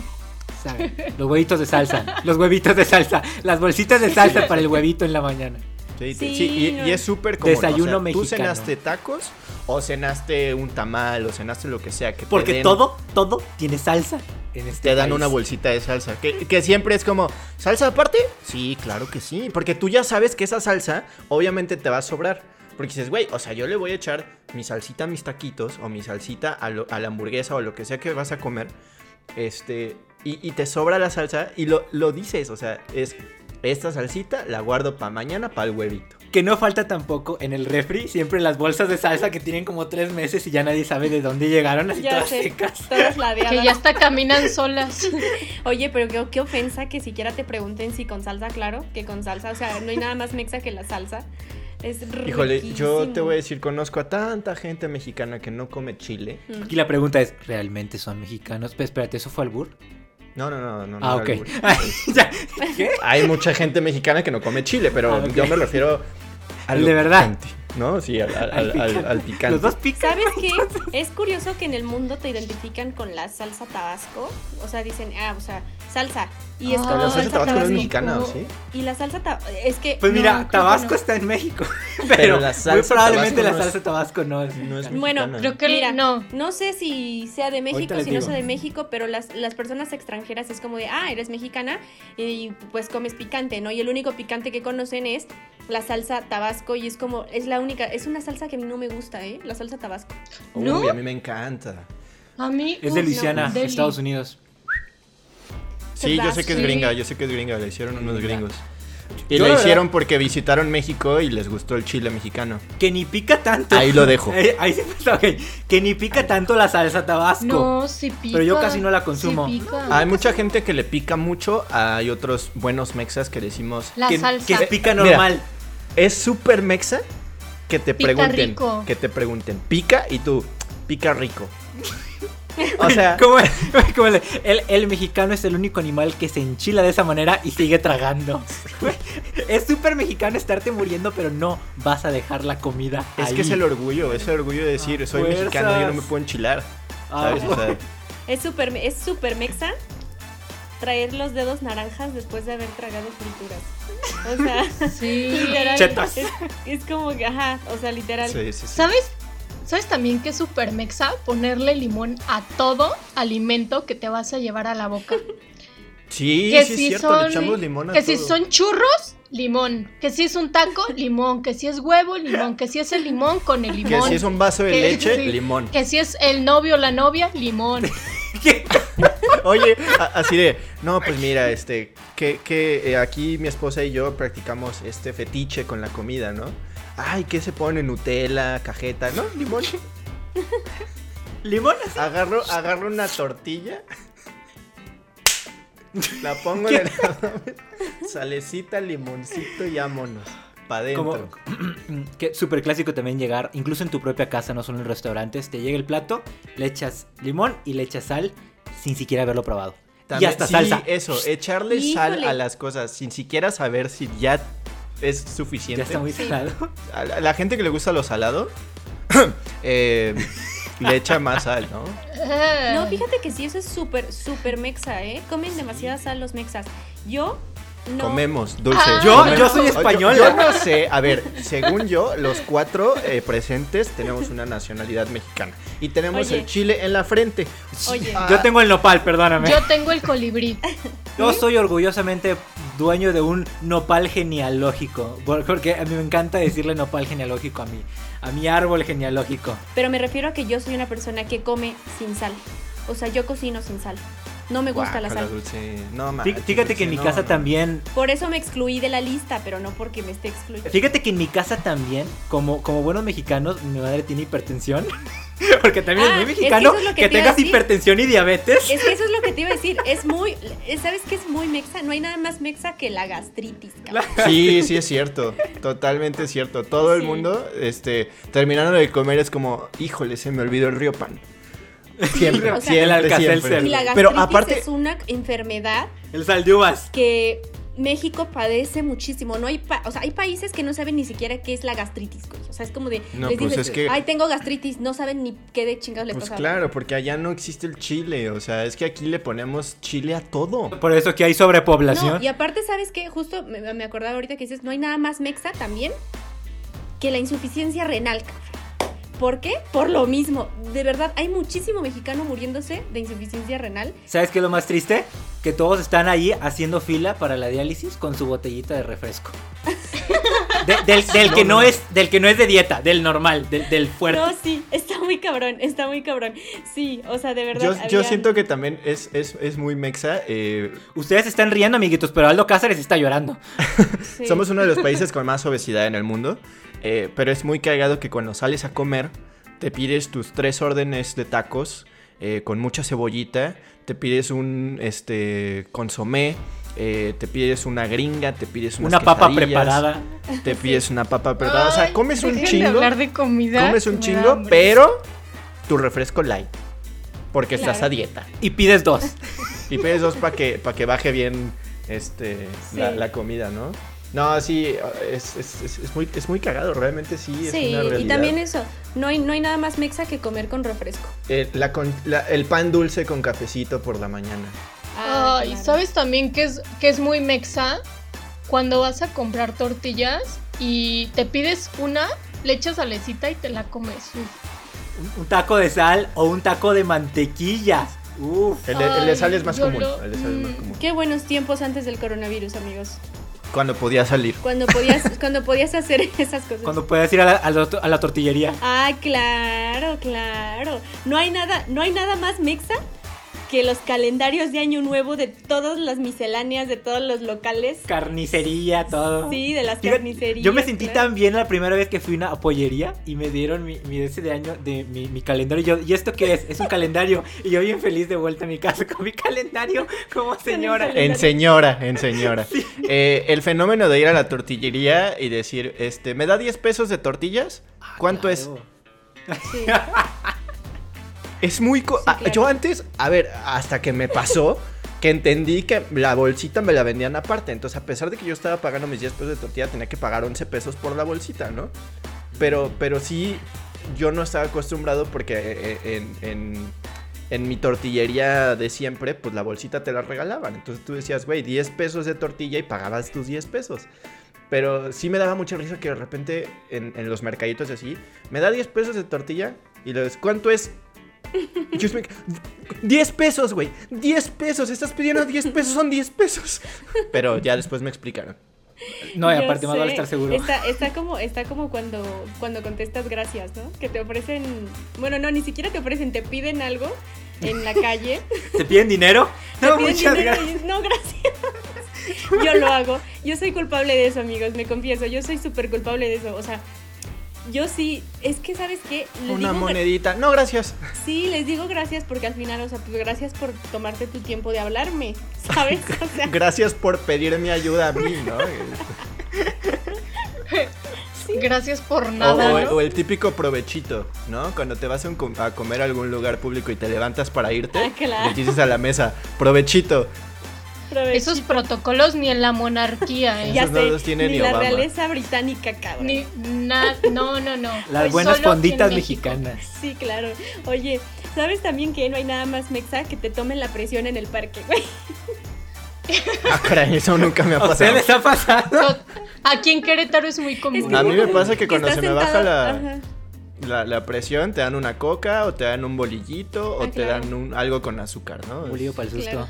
Speaker 3: ¿saben? Los huevitos de salsa, los huevitos de salsa, las bolsitas de salsa para el huevito en la mañana.
Speaker 2: Sí,
Speaker 4: Sí,
Speaker 2: sí, y,
Speaker 4: no.
Speaker 2: y es súper común.
Speaker 3: Desayuno
Speaker 2: o sea,
Speaker 3: mexicano.
Speaker 2: ¿Tú cenaste tacos o cenaste un tamal o cenaste lo que sea? Que te
Speaker 3: Porque
Speaker 2: den-
Speaker 3: todo, todo tiene salsa en este
Speaker 2: Te dan
Speaker 3: país.
Speaker 2: una bolsita de salsa. Que, que siempre es como, ¿salsa aparte? Sí, claro que sí. Porque tú ya sabes que esa salsa obviamente te va a sobrar. Porque dices, güey, o sea, yo le voy a echar mi salsita a mis taquitos o mi salsita a, lo- a la hamburguesa o lo que sea que vas a comer. Este, y, y te sobra la salsa y lo, lo dices, o sea, es esta salsita la guardo para mañana para el huevito.
Speaker 3: Que no falta tampoco en el refri, siempre las bolsas de salsa que tienen como tres meses y ya nadie sabe de dónde llegaron, así
Speaker 4: Ya
Speaker 3: todas
Speaker 4: sé,
Speaker 3: secas.
Speaker 4: todas ladeadas.
Speaker 1: Que ya hasta caminan solas.
Speaker 4: Oye, pero qué, qué ofensa que siquiera te pregunten si con salsa, claro, que con salsa. O sea, no hay nada más mexa que la salsa. Es
Speaker 2: Híjole, yo te
Speaker 4: riquísimo.
Speaker 2: voy a decir, conozco a tanta gente mexicana que no come chile.
Speaker 4: Mm.
Speaker 3: Aquí la pregunta es, ¿realmente son mexicanos? Pues espérate, ¿eso fue al burro?
Speaker 2: No, no, no, no. no no,
Speaker 3: Ah, ok.
Speaker 2: albur.
Speaker 3: Ya, ¿Qué?
Speaker 2: Hay mucha gente mexicana que no come chile, pero
Speaker 3: Ah, ok.
Speaker 2: yo me refiero
Speaker 3: Al
Speaker 2: lo
Speaker 3: de verdad.
Speaker 2: picante, ¿No? Sí, al, al- al- al- al picante.
Speaker 3: Los dos pican.
Speaker 4: ¿Sabes qué? Es curioso que en el mundo te identifican con la salsa tabasco. O sea, dicen, ah, o sea, salsa. Y es
Speaker 1: Ah,
Speaker 4: como
Speaker 2: Pero la salsa
Speaker 4: salsa
Speaker 2: tabasco no es
Speaker 4: tabasco.
Speaker 2: mexicana, ¿o ¿sí?
Speaker 4: Y la salsa tabasco. Es que.
Speaker 3: Pues
Speaker 4: no,
Speaker 3: mira,
Speaker 4: creo que
Speaker 3: Tabasco
Speaker 4: no.
Speaker 3: está en México. Pero,
Speaker 2: Pero la
Speaker 3: muy
Speaker 2: salsa Tabasco
Speaker 3: probablemente la
Speaker 2: no es-
Speaker 3: salsa Tabasco no es.
Speaker 2: No es
Speaker 3: mexicana.
Speaker 4: Bueno,
Speaker 2: mexicana.
Speaker 1: Creo que
Speaker 4: Mira,
Speaker 1: no.
Speaker 4: No sé si sea de
Speaker 3: Ahorita
Speaker 4: México,
Speaker 3: les
Speaker 4: si no
Speaker 3: digo.
Speaker 4: sea de México, pero las, las personas extranjeras es como de, ah, eres mexicana y pues comes picante, ¿no? Y el único picante que conocen es la salsa tabasco y es como, es la única, es una salsa que no me gusta, ¿eh? La salsa tabasco.
Speaker 2: Uy,
Speaker 1: ¿No?
Speaker 2: a mí me encanta.
Speaker 1: A mí.
Speaker 3: Es
Speaker 1: uy,
Speaker 3: de
Speaker 1: no,
Speaker 3: Luisiana,
Speaker 1: deli.
Speaker 3: Estados Unidos.
Speaker 2: Sí, yo sé que es
Speaker 1: Sí.
Speaker 2: gringa, yo sé que es gringa, la hicieron unos gringos. Y
Speaker 3: Yo,
Speaker 2: la
Speaker 3: la
Speaker 2: hicieron porque visitaron México y les gustó el chile mexicano.
Speaker 3: Que ni pica tanto.
Speaker 2: Ahí lo dejo.
Speaker 3: Ahí, ahí se pasa, ok. Que ni pica tanto la salsa Tabasco.
Speaker 1: No, sí pica.
Speaker 3: Pero yo casi no la consumo.
Speaker 1: Sí pica.
Speaker 2: Hay mucha gente que le pica mucho, hay otros buenos mexas que decimos
Speaker 1: la
Speaker 3: que,
Speaker 1: salsa.
Speaker 3: que pica
Speaker 2: Mira.
Speaker 3: normal.
Speaker 2: es súper mexa que te
Speaker 1: Pica
Speaker 2: pregunten,
Speaker 1: rico.
Speaker 2: que te pregunten, pica y tú, pica rico. O sea,
Speaker 3: ¿Cómo es? ¿Cómo es? El, el mexicano es el único animal que se enchila de esa manera y sigue tragando. es súper mexicano estarte muriendo, pero no vas a dejar la comida.
Speaker 2: es
Speaker 3: ahí. Ah,
Speaker 2: que es el orgullo, es el orgullo de decir, soy
Speaker 3: Fuerzas.
Speaker 2: mexicano, yo no me puedo enchilar.
Speaker 3: Ah,
Speaker 2: ¿sabes? O sea,
Speaker 4: Es súper es super mexa traer los dedos naranjas después de haber tragado frituras. O sea,
Speaker 1: Sí.
Speaker 4: literal.
Speaker 3: Chetos.
Speaker 4: Es, es como que, ajá, o sea, literal.
Speaker 2: sí, sí, sí.
Speaker 1: ¿Sabes? ¿Sabes también que es super mexa? Ponerle limón a todo alimento que te vas a llevar a la boca.
Speaker 2: Sí,
Speaker 1: que
Speaker 2: sí,
Speaker 1: si
Speaker 2: es cierto,
Speaker 1: son-
Speaker 2: le echamos limón a
Speaker 1: que si
Speaker 2: todo.
Speaker 1: son churros, limón. Que si es un taco, limón. Que si es huevo, limón. Que si es el limón con el
Speaker 2: Que
Speaker 1: limón.
Speaker 2: si es un vaso de
Speaker 1: que-
Speaker 2: leche,
Speaker 1: sí.
Speaker 2: limón.
Speaker 1: Que si es el novio o la novia, limón.
Speaker 2: Oye, a- así de, no, pues mira, este, que, que eh, aquí mi esposa y yo practicamos este fetiche con la comida, ¿no? Ay, ¿qué se pone? Nutella, cajeta, ¿no? Limón.
Speaker 3: ¿Limones?
Speaker 2: Agarro, agarro una tortilla. La pongo en el abdomen. Salecita, limoncito y vámonos. Pa'
Speaker 3: Como,
Speaker 2: adentro.
Speaker 3: Mm, que súper clásico también llegar, incluso en tu propia casa, no solo en restaurantes, te llega el plato, le echas limón y le echas sal sin siquiera haberlo probado.
Speaker 2: También-
Speaker 3: y hasta
Speaker 2: sí,
Speaker 3: salsa.
Speaker 2: eso, echarle sal
Speaker 4: Híjole.
Speaker 2: a las cosas sin siquiera saber si ya es
Speaker 3: Ya
Speaker 2: suficiente.
Speaker 3: está muy salado.
Speaker 2: A la, a la gente que le gusta lo salado, eh, le echa más sal, ¿no?
Speaker 1: Eh,
Speaker 4: No, fíjate que sí, eso es súper, súper mexa, ¿eh? Comen demasiada sal los mexas. Yo no.
Speaker 2: Comemos dulce.
Speaker 1: Ah.
Speaker 3: Yo-
Speaker 2: comemos.
Speaker 3: yo soy
Speaker 2: Oh,
Speaker 3: española.
Speaker 2: Yo, no sé, a ver, según yo, los cuatro eh, presentes tenemos una nacionalidad mexicana y tenemos
Speaker 4: Oye.
Speaker 2: el chile en la frente.
Speaker 4: Oye.
Speaker 2: Ah,
Speaker 3: Yo tengo el nopal, perdóname. Yo,
Speaker 1: Yo tengo el colibrí.
Speaker 3: soy orgullosamente dueño de un nopal genealógico. por- Porque a mí me encanta decirle nopal genealógico a mí. A mi árbol genealógico.
Speaker 4: Pero me refiero a que yo soy una persona que come sin sal. O sea, yo cocino sin sal. No me gusta la
Speaker 2: guácala,
Speaker 4: sal.
Speaker 2: dulce. No,
Speaker 3: Fí-
Speaker 2: manches,
Speaker 3: Fíjate que en mi
Speaker 2: dulce,
Speaker 3: casa
Speaker 2: no, no.
Speaker 3: también
Speaker 4: Por eso me excluí de la lista, pero no porque me esté excluyendo.
Speaker 3: Fíjate que en mi casa también, como, como buenos mexicanos, mi madre tiene hipertensión. Porque también
Speaker 4: Ah,
Speaker 3: es muy
Speaker 4: es que
Speaker 3: mexicano
Speaker 4: eso es lo
Speaker 3: que,
Speaker 4: que te iba a
Speaker 3: tengas
Speaker 4: decir.
Speaker 3: hipertensión y diabetes.
Speaker 4: Es que eso es lo que te iba a decir. Es muy. es- ¿Sabes qué es muy mexa? No hay nada más mexa que la gastritis. cabrón.
Speaker 2: Sí, sí es cierto, totalmente cierto. Todo el
Speaker 4: Sí.
Speaker 2: mundo, este, terminando de comer es como, híjole, se me olvidó el río pan. Siempre,
Speaker 4: o sea,
Speaker 2: siempre,
Speaker 3: El Alka-Seltzer.
Speaker 2: siempre.
Speaker 4: Y la gastritis
Speaker 2: Pero aparte,
Speaker 4: es una enfermedad
Speaker 3: El sal de uvas.
Speaker 4: que México padece muchísimo. No hay pa- o sea, hay países que no saben ni siquiera qué es la gastritis, güey. O sea, es como de
Speaker 2: No,
Speaker 4: les
Speaker 2: pues
Speaker 4: dicen,
Speaker 2: es que-
Speaker 4: "Ay, tengo gastritis", no saben ni qué de chingados le
Speaker 2: pues
Speaker 4: pasa.
Speaker 2: claro, porque allá no existe el chile, o sea, es que aquí le ponemos chile a todo.
Speaker 3: Por eso que hay
Speaker 4: No,
Speaker 3: sobrepoblación.
Speaker 4: y aparte, ¿sabes qué? Justo me, me acordaba ahorita que dices, no hay nada más mexa también que la insuficiencia renal. cabrón. ¿Por qué? Por lo mismo. De verdad, hay muchísimo mexicano muriéndose de insuficiencia renal.
Speaker 3: ¿Sabes qué es lo más triste? Que todos están ahí haciendo fila para la diálisis con su botellita de refresco. De- del, del que no es, del que no es de dieta, del normal, del, del fuerte.
Speaker 4: No, sí, está muy cabrón, está muy cabrón. Sí, o sea, de verdad.
Speaker 2: Yo, yo
Speaker 4: habían-
Speaker 2: siento que también es, es, es muy mexa. eh,
Speaker 3: Ustedes están riendo, amiguitos, pero Aldo Cáceres está llorando.
Speaker 4: sí.
Speaker 2: Somos uno de los países con más obesidad en el mundo, eh, pero es muy cagado que cuando sales a comer, te pides tus tres órdenes de tacos eh, con mucha cebollita, te pides un este, consomé, eh, te pides una gringa, te pides unas
Speaker 3: Una papa
Speaker 2: quesadillas,
Speaker 3: preparada.
Speaker 2: Te pides una papa preparada, o sea,
Speaker 1: Ay,
Speaker 2: comes un
Speaker 1: dejen de
Speaker 2: chingo,
Speaker 1: hablar de comida.
Speaker 2: comes un
Speaker 1: que me da
Speaker 2: chingo,
Speaker 1: hambre.
Speaker 2: pero tu refresco light, porque estás
Speaker 4: Claro.
Speaker 2: a dieta.
Speaker 3: Y pides dos.
Speaker 2: Y pides dos para que, pa' que baje bien este, la,
Speaker 4: Sí.
Speaker 2: la comida, ¿no? No, sí, es, es- es- es muy, es muy cagado, realmente sí. Es
Speaker 4: Sí,
Speaker 2: una realidad.
Speaker 4: y también eso, no hay, no hay nada más mexa que comer con refresco.
Speaker 2: Eh, la con- la- el pan dulce con cafecito por la mañana.
Speaker 1: Ay,
Speaker 4: Ah, claro.
Speaker 1: ¿sabes también que es, que es muy mexa? Cuando vas a comprar tortillas y te pides una, le echas salecita y te la comes. Uf.
Speaker 3: Un- Un taco de sal o un taco de mantequilla. Uf.
Speaker 2: El de, el de
Speaker 1: Ay,
Speaker 2: sal es más
Speaker 1: yo
Speaker 2: común.
Speaker 1: lo-
Speaker 2: el de sal es más
Speaker 1: mm,
Speaker 2: común.
Speaker 4: Qué buenos tiempos antes del coronavirus, amigos.
Speaker 2: Cuando podía salir.
Speaker 4: Cuando podías, cuando podías hacer esas cosas.
Speaker 3: Cuando puedes ir a la, a la- a la tortillería.
Speaker 4: Ah, claro, claro. No hay nada, no hay nada más mexa que los calendarios de año nuevo de todas las misceláneas de todos los locales.
Speaker 3: Carnicería, todo.
Speaker 4: Sí, de las
Speaker 3: Fíjate,
Speaker 4: carnicerías.
Speaker 3: Yo me sentí
Speaker 4: claro.
Speaker 3: tan bien la primera vez que fui a una pollería y me dieron mi, mi de ese de año de mi, mi calendario. Y yo, ¿y esto qué es? Es un calendario. Y yo bien feliz de vuelta a mi casa con mi calendario como señora.
Speaker 2: En señora, en señora. Eh, el fenómeno de ir a la tortillería y decir, este, ¿me da 10 pesos de tortillas? ¿Cuánto es?
Speaker 3: Ah, Claro.
Speaker 4: Sí.
Speaker 2: Es muy... co- ah,
Speaker 4: claro.
Speaker 2: Yo antes, a ver, hasta que me pasó, que entendí que la bolsita me la vendían aparte. Entonces, a pesar de que yo estaba pagando mis 10 pesos de tortilla, tenía que pagar 11 pesos por la bolsita, ¿no? Pero, pero sí, yo no estaba acostumbrado porque eh, eh, en, en- en mi tortillería de siempre, pues la bolsita te la regalaban. Entonces tú decías, güey, 10 pesos de tortilla y pagabas tus 10 pesos. Pero sí me daba mucha risa que de repente en, en los mercaditos y así, me da 10 pesos de tortilla y le dices, ¿cuánto es? Y yo me- 10 pesos, güey, 10 pesos, estás pidiendo 10 pesos, son 10 pesos. Pero ya después me explicaron.
Speaker 3: No, y
Speaker 4: Yo
Speaker 3: aparte más vale
Speaker 4: sé.
Speaker 3: estar seguro.
Speaker 4: Está, está como, está como cuando, cuando contestas gracias, ¿no? Que te ofrecen, bueno, no, ni siquiera te ofrecen, te piden algo en la calle.
Speaker 3: ¿Te piden dinero?
Speaker 4: te
Speaker 3: No,
Speaker 4: piden
Speaker 3: muchas
Speaker 4: dinero y
Speaker 3: gracias.
Speaker 4: dices, no, gracias. Yo lo hago. Yo soy culpable de eso, amigos, me confieso. Yo soy súper culpable de eso. O sea, Yo sí, es que sabes qué, Les
Speaker 2: Una
Speaker 4: digo gra-
Speaker 2: monedita. No, gracias.
Speaker 4: sí, les digo gracias porque al final, o sea, pues gracias por tomarte tu tiempo de hablarme, ¿sabes? O sea,
Speaker 2: Gracias por pedirme ayuda a mí, ¿no?
Speaker 1: Gracias por
Speaker 2: O,
Speaker 1: nada,
Speaker 3: Oh,
Speaker 2: o el-
Speaker 1: ¿no?
Speaker 2: o el típico provechito, ¿no? Cuando te vas a, un com- a comer a algún lugar público y te levantas para irte,
Speaker 4: Ah, claro.
Speaker 2: le dices a la mesa, provechito.
Speaker 4: provechito.
Speaker 1: Esos protocolos ni en la monarquía, ¿eh?
Speaker 4: ya
Speaker 2: esos no
Speaker 4: sé,
Speaker 2: los tiene
Speaker 4: ni
Speaker 2: ni
Speaker 4: la
Speaker 2: Obama.
Speaker 4: realeza británica, cabrón.
Speaker 1: Ni, na- no, no, no.
Speaker 3: Las
Speaker 1: Pues
Speaker 3: buenas
Speaker 1: solo
Speaker 3: fonditas
Speaker 1: en México.
Speaker 3: mexicanas.
Speaker 4: Sí, claro. Oye, ¿sabes también que no hay nada más mexa que te tomen la presión en el parque, güey?
Speaker 2: Ah, caray, eso nunca me ha
Speaker 3: O
Speaker 2: pasado.
Speaker 3: sea, les ha pasado.
Speaker 1: So- Aquí en Querétaro es muy común.
Speaker 4: Es que-
Speaker 2: A mí me pasa que cuando
Speaker 4: estás
Speaker 2: se me
Speaker 4: sentado-
Speaker 2: baja la,
Speaker 4: Ajá.
Speaker 2: la, la presión, te dan una coca o te dan un bolillito o
Speaker 4: Ah,
Speaker 2: te
Speaker 4: claro.
Speaker 2: dan un- algo con azúcar, ¿no?
Speaker 3: Bolillo para el susto.
Speaker 4: Claro.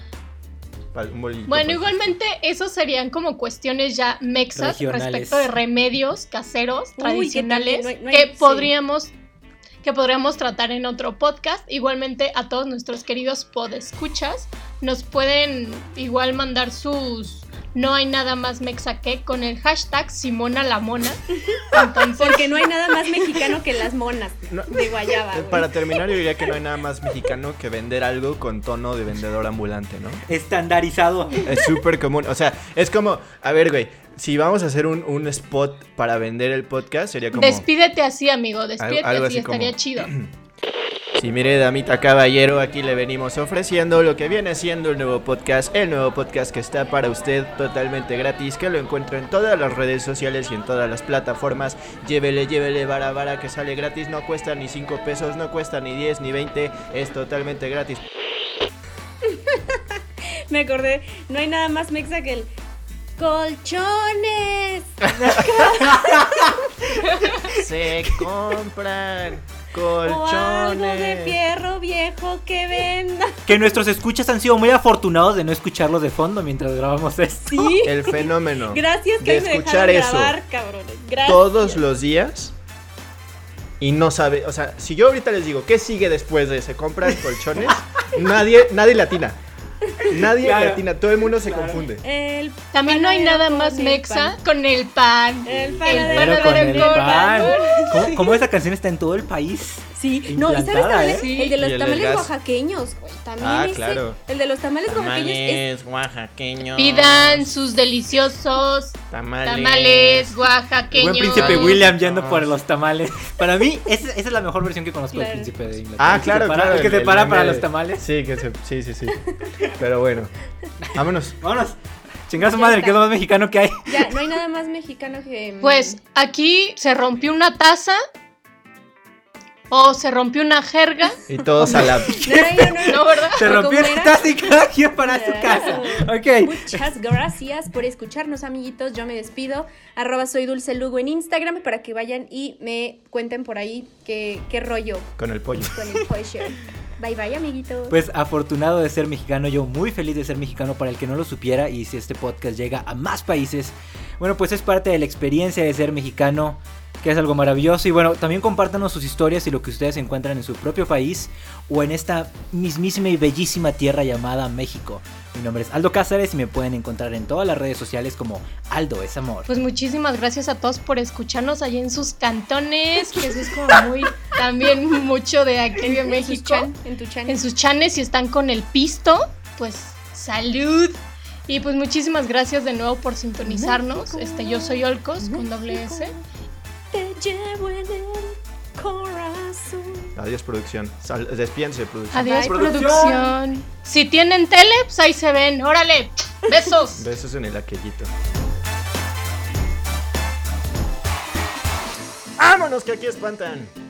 Speaker 2: Pal- Un bolillito.
Speaker 1: Bueno,
Speaker 2: pal-
Speaker 1: igualmente, esos serían como cuestiones ya mexas
Speaker 3: Regionales.
Speaker 1: respecto de remedios caseros,
Speaker 4: que
Speaker 1: tradicionales, que,
Speaker 4: también no hay- no hay- sí.
Speaker 1: podríamos que podríamos tratar en otro podcast. Igualmente, a todos nuestros queridos podescuchas, nos pueden igual mandar sus no hay nada más mexa que con el hashtag Simona la Mona. Entonces,
Speaker 4: Porque no hay nada más mexicano que las monas
Speaker 2: No.
Speaker 4: de guayaba,
Speaker 2: Eh,
Speaker 4: güey.
Speaker 2: Para terminar, yo diría que no hay nada más mexicano que vender algo con tono de vendedor ambulante, ¿no?
Speaker 3: Estandarizado.
Speaker 2: Es súper común. O sea, es como, a ver, güey, si vamos a hacer un, un spot para vender el podcast, sería como...
Speaker 1: despídete así, amigo, despídete
Speaker 2: algo
Speaker 1: así,
Speaker 2: así como-
Speaker 1: estaría chido.
Speaker 2: Si mire, damita caballero, aquí le venimos ofreciendo lo que viene siendo el nuevo podcast, el nuevo podcast que está para usted totalmente gratis, que lo encuentra en todas las redes sociales y en todas las plataformas. Llévele, llévele, vara, vara, que sale gratis, no cuesta ni 5 pesos, no cuesta ni 10 ni 20, es totalmente gratis.
Speaker 4: Me acordé, no hay nada más mexa que el colchones.
Speaker 2: Se compran
Speaker 4: O algo de
Speaker 2: colchones.
Speaker 4: fierro viejo que venda.
Speaker 3: Que nuestros escuchas han sido muy afortunados de no escucharlo de fondo mientras grabamos esto.
Speaker 4: Sí.
Speaker 2: El fenómeno.
Speaker 4: Gracias que
Speaker 2: de
Speaker 4: me
Speaker 2: escuchar
Speaker 4: dejaron
Speaker 2: eso.
Speaker 4: grabar, cabrones. Gracias.
Speaker 2: todos los días y no sabe, o sea, si yo ahorita les digo qué sigue después de se compran colchones, nadie nadie latina. Nadie
Speaker 3: Claro.
Speaker 2: latina, todo el mundo se
Speaker 3: Claro.
Speaker 2: confunde.
Speaker 4: El
Speaker 1: También no hay
Speaker 4: panadero
Speaker 1: nada
Speaker 4: con
Speaker 1: más
Speaker 4: el
Speaker 1: mexa
Speaker 4: pan.
Speaker 1: con el pan.
Speaker 4: El
Speaker 1: El
Speaker 4: panadero.
Speaker 1: panadero con el pan.
Speaker 3: ¿Cómo, cómo esa canción está en todo el país?
Speaker 4: Sí, no, ¿y sabes
Speaker 3: Implantada,
Speaker 4: también?
Speaker 1: ¿eh?
Speaker 4: El de
Speaker 2: Y el
Speaker 4: los
Speaker 2: del
Speaker 4: tamales
Speaker 2: gas.
Speaker 4: oaxaqueños, güey. También
Speaker 2: Ah,
Speaker 4: ese-
Speaker 2: claro.
Speaker 4: El de los tamales, oaxaqueños es.
Speaker 2: oaxaqueños.
Speaker 1: Pidan sus deliciosos
Speaker 2: tamales.
Speaker 1: tamales
Speaker 3: El
Speaker 1: oaxaqueños.
Speaker 3: buen príncipe William yendo por
Speaker 2: No.
Speaker 3: los tamales. Para mí, esa, esa es la mejor versión que conozco del
Speaker 4: Claro.
Speaker 3: príncipe de Inglaterra.
Speaker 2: Ah,
Speaker 3: El que se
Speaker 2: claro,
Speaker 3: para-
Speaker 2: claro.
Speaker 3: El que se
Speaker 2: el
Speaker 3: para
Speaker 2: meme
Speaker 3: para
Speaker 2: de-
Speaker 3: los tamales.
Speaker 2: Sí, que se, sí, sí, sí. Pero bueno. Vámonos.
Speaker 3: Vámonos. Chingar a su madre, que es lo más mexicano que hay.
Speaker 4: Ya, no hay nada más mexicano que. mm,
Speaker 1: Pues aquí se rompió una taza o se rompió una jerga,
Speaker 2: Y todos a la
Speaker 4: No, no, no, no.
Speaker 1: ¿no verdad?
Speaker 3: Se rompió
Speaker 4: ¿Cómo
Speaker 3: el
Speaker 4: era?
Speaker 3: taza y cada quien para su
Speaker 4: Claro.
Speaker 3: casa. Ok.
Speaker 4: Muchas gracias por escucharnos, amiguitos. Yo me despido. Arroba soy Dulce Lugo en Instagram para que vayan y me cuenten por ahí qué, qué rollo
Speaker 2: con el pollo.
Speaker 4: con el Poesher. Bye bye, amiguitos.
Speaker 3: Pues afortunado de ser mexicano, yo muy feliz de ser mexicano para el que no lo supiera y si este podcast llega a más países, bueno pues es parte de la experiencia de ser mexicano, que es algo maravilloso y bueno, también compártanos sus historias y lo que ustedes encuentran en su propio país o en esta mismísima y bellísima tierra llamada México. Mi nombre es Aldo Cázares y me pueden encontrar en todas las redes sociales como Aldo es amor.
Speaker 1: Pues muchísimas gracias a todos por escucharnos allá en sus cantones, que eso es como muy también mucho de aquí de
Speaker 4: sus
Speaker 1: México.
Speaker 4: chan- en tu chan.
Speaker 1: en sus chanes si están con el pisto, pues salud. Y pues muchísimas gracias de nuevo por sintonizarnos.
Speaker 4: México,
Speaker 1: Este, yo soy Olcos con doble S.
Speaker 4: Te llevo en el corazón.
Speaker 2: Adiós producción. Sal, despídense, producción.
Speaker 1: Adiós,
Speaker 4: Bye,
Speaker 1: producción.
Speaker 3: producción.
Speaker 1: Si tienen tele, pues ahí se ven. Órale, besos.
Speaker 2: Besos en el aquellito. ¡Vámonos que aquí espantan!